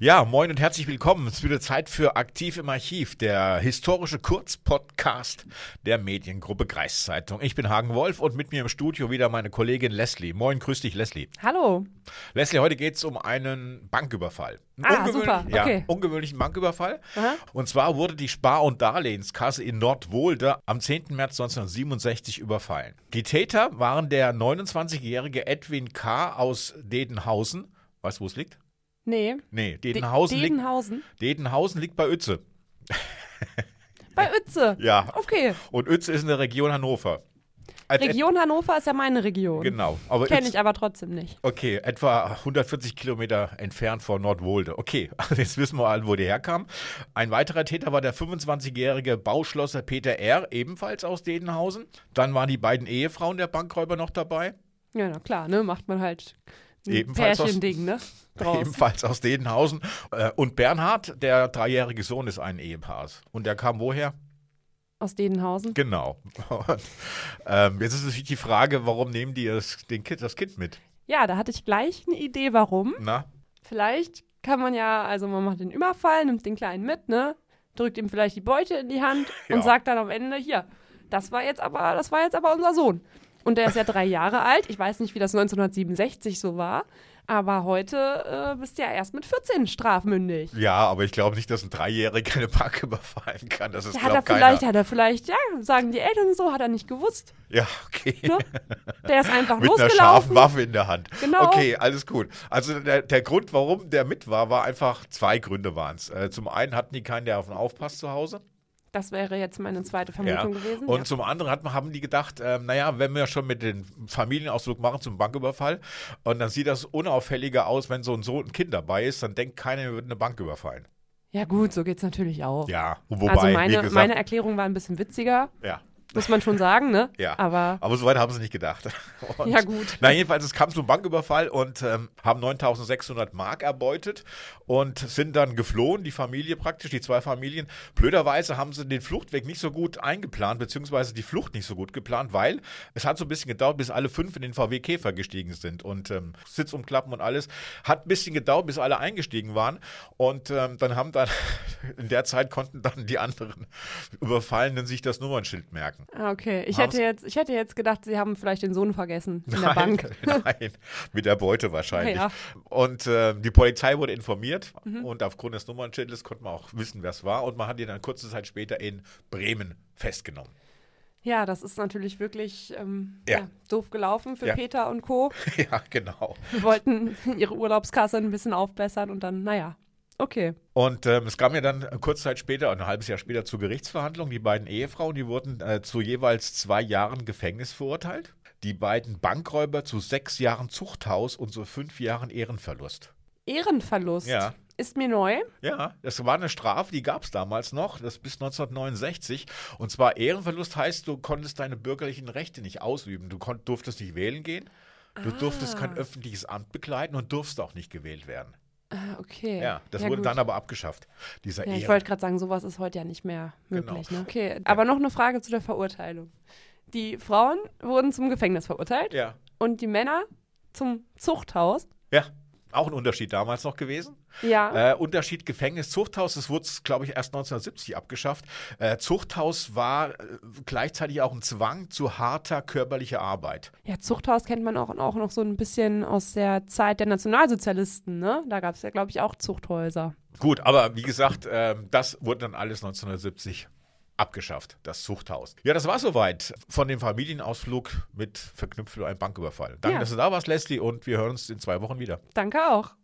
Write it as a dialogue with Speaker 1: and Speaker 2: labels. Speaker 1: Ja, moin und herzlich willkommen. Es ist wieder Zeit für Aktiv im Archiv, der historische Kurzpodcast der Mediengruppe Kreiszeitung. Ich bin Hagen Wolf und mit mir im Studio wieder meine Kollegin Leslie. Moin, grüß dich, Leslie.
Speaker 2: Hallo.
Speaker 1: Leslie, heute geht es um einen Banküberfall. Einen
Speaker 2: Ah, super.
Speaker 1: Ja,
Speaker 2: Okay.
Speaker 1: ungewöhnlichen Banküberfall.
Speaker 2: Aha.
Speaker 1: Und zwar wurde die Spar- und Darlehenskasse in Nordwohlde am 10. März 1967 überfallen. Die Täter waren der 29-jährige Edwin K. aus Dedenhausen. Weißt du, wo es liegt?
Speaker 2: Nee.
Speaker 1: Nee,
Speaker 2: De-
Speaker 1: Dedenhausen liegt
Speaker 2: Dedenhausen.
Speaker 1: Dedenhausen liegt bei Uetze.
Speaker 2: Bei Uetze.
Speaker 1: Ja.
Speaker 2: Okay.
Speaker 1: Und Uetze ist in der Region Hannover. Et- et-
Speaker 2: Region Hannover ist ja meine Region.
Speaker 1: Genau. Aber
Speaker 2: Kenne
Speaker 1: Uetze-
Speaker 2: ich aber trotzdem nicht.
Speaker 1: Okay, etwa 140 Kilometer entfernt von Nordwohlde. Okay, also jetzt wissen wir alle, wo der herkam. Ein weiterer Täter war der 25-jährige Bauschlosser Peter R., ebenfalls aus Dedenhausen. Dann waren die beiden Ehefrauen der Bankräuber noch dabei,
Speaker 2: Ja, na klar, ne? Macht man halt ein
Speaker 1: Ebenfalls aus-
Speaker 2: Pärchending, ne? Draus.
Speaker 1: ebenfalls aus Dedenhausen. Äh, Und Bernhard, der dreijährige Sohn des einen Ehepaars. Und der kam woher?
Speaker 2: Aus Dedenhausen.
Speaker 1: Genau. Und, ähm, jetzt ist natürlich die Frage, warum nehmen die das, den kind, das Kind mit?
Speaker 2: Ja, da hatte ich gleich eine Idee, warum.
Speaker 1: Na?
Speaker 2: Vielleicht kann man ja, also man macht den Überfall, nimmt den Kleinen mit, ne? Drückt ihm vielleicht die Beute in die Hand
Speaker 1: Ja.
Speaker 2: und sagt dann am Ende, hier, das war jetzt aber, das war jetzt aber unser Sohn. Und der ist ja drei Jahre alt. Ich weiß nicht, wie das 1967 so war, aber heute äh, bist du ja erst mit 14 strafmündig.
Speaker 1: Ja, aber ich glaube nicht, dass ein Dreijähriger eine Bank überfallen kann. Das ist,
Speaker 2: Ja, hat er
Speaker 1: glaube
Speaker 2: vielleicht,
Speaker 1: keiner.
Speaker 2: hat er vielleicht, ja, sagen die Eltern so, hat er nicht gewusst.
Speaker 1: Ja, okay.
Speaker 2: Ne? Der ist einfach
Speaker 1: Mit einer scharfen
Speaker 2: losgelaufen.
Speaker 1: Waffe in der Hand.
Speaker 2: Genau.
Speaker 1: Okay, alles gut. Also der, der Grund, warum der mit war, war einfach zwei Gründe waren es. Äh, zum einen hatten die keinen, der auf den aufpasst zu Hause.
Speaker 2: Das wäre jetzt meine zweite
Speaker 1: Ja.
Speaker 2: Vermutung gewesen.
Speaker 1: Und
Speaker 2: ja.
Speaker 1: zum anderen hat, man- haben die gedacht, ähm, naja, wenn wir schon mit den Familienausflug machen zum Banküberfall und dann sieht das unauffälliger aus, wenn so ein Sohn ein Kind dabei ist, dann denkt keiner, wir würden eine Bank überfallen.
Speaker 2: ja, gut, so geht's natürlich auch.
Speaker 1: Ja, wobei,
Speaker 2: also
Speaker 1: wie
Speaker 2: meine,
Speaker 1: gesagt,
Speaker 2: meine Erklärung war ein bisschen witziger,
Speaker 1: ja.
Speaker 2: muss man schon sagen, ne?
Speaker 1: Ja,
Speaker 2: Aber
Speaker 1: aber so weit haben sie nicht gedacht. Und,
Speaker 2: Ja, gut.
Speaker 1: Na, jedenfalls, es kam zum Banküberfall und ähm, haben 9600 Mark erbeutet und sind dann geflohen, die Familie praktisch, die zwei Familien. Blöderweise haben sie den Fluchtweg nicht so gut eingeplant, beziehungsweise die Flucht nicht so gut geplant, weil es hat so ein bisschen gedauert, bis alle fünf in den VW Käfer gestiegen sind und ähm, Sitzumklappen und alles. Hat ein bisschen gedauert, bis alle eingestiegen waren und ähm, dann haben dann, in der Zeit konnten dann die anderen Überfallenden sich das Nummernschild merken.
Speaker 2: ah, okay. Ich
Speaker 1: Haben's-
Speaker 2: hätte, jetzt, ich hätte jetzt gedacht, sie haben vielleicht den Sohn vergessen in der
Speaker 1: nein,
Speaker 2: Bank.
Speaker 1: Nein, mit der Beute wahrscheinlich.
Speaker 2: Ja. Mhm.
Speaker 1: Und äh, die Polizei wurde informiert und aufgrund des Nummernschildes konnte man auch wissen, wer es war. Und man hat ihn dann kurze Zeit später in Bremen festgenommen.
Speaker 2: Ja, das ist natürlich wirklich ähm,
Speaker 1: Ja.
Speaker 2: ja. doof gelaufen für
Speaker 1: Ja.
Speaker 2: Peter und Co.
Speaker 1: ja, genau.
Speaker 2: Wir wollten ihre Urlaubskasse ein bisschen aufbessern und dann, naja, okay.
Speaker 1: Und ähm, es kam ja dann kurze Zeit später, ein halbes Jahr später, zur Gerichtsverhandlung. Die beiden Ehefrauen, die wurden äh, zu jeweils zwei Jahren Gefängnis verurteilt. Die beiden Bankräuber zu sechs Jahren Zuchthaus und zu fünf Jahren Ehrenverlust.
Speaker 2: Ehrenverlust
Speaker 1: Ja.
Speaker 2: ist mir neu.
Speaker 1: Ja, das war eine Strafe, die gab es damals noch, das bis 1969. Und zwar Ehrenverlust heißt, du konntest deine bürgerlichen Rechte nicht ausüben. Du konnt, durftest nicht wählen gehen, du
Speaker 2: Ah.
Speaker 1: durftest kein öffentliches Amt bekleiden und durfst auch nicht gewählt werden.
Speaker 2: Ah, okay.
Speaker 1: Ja, das wurde
Speaker 2: gut.
Speaker 1: dann aber abgeschafft, dieser
Speaker 2: Ja, ich
Speaker 1: Ehren.
Speaker 2: wollte gerade sagen, sowas ist heute ja nicht mehr möglich.
Speaker 1: Genau.
Speaker 2: Ne? Okay, aber noch eine Frage zu der Verurteilung. Die Frauen wurden zum Gefängnis verurteilt
Speaker 1: Ja,
Speaker 2: und die Männer zum Zuchthaus.
Speaker 1: ja, auch ein Unterschied damals noch gewesen.
Speaker 2: Ja,
Speaker 1: Äh, Unterschied Gefängnis, Zuchthaus, das wurde, glaube ich, erst 1970 abgeschafft. Äh, Zuchthaus war äh, gleichzeitig auch ein Zwang zu harter körperlicher Arbeit.
Speaker 2: ja Zuchthaus kennt man auch, auch noch so ein bisschen aus der Zeit der Nationalsozialisten. Ne? Da gab es ja, glaube ich, auch Zuchthäuser.
Speaker 1: Gut, aber wie gesagt, ähm, das wurde dann alles 1970 abgeschafft, das Zuchthaus. Ja, das war soweit von dem Familienausflug mit verknüpft für einen Banküberfall. Danke,
Speaker 2: Ja.
Speaker 1: dass du da warst, Leslie, und wir hören uns in zwei Wochen wieder.
Speaker 2: Danke auch.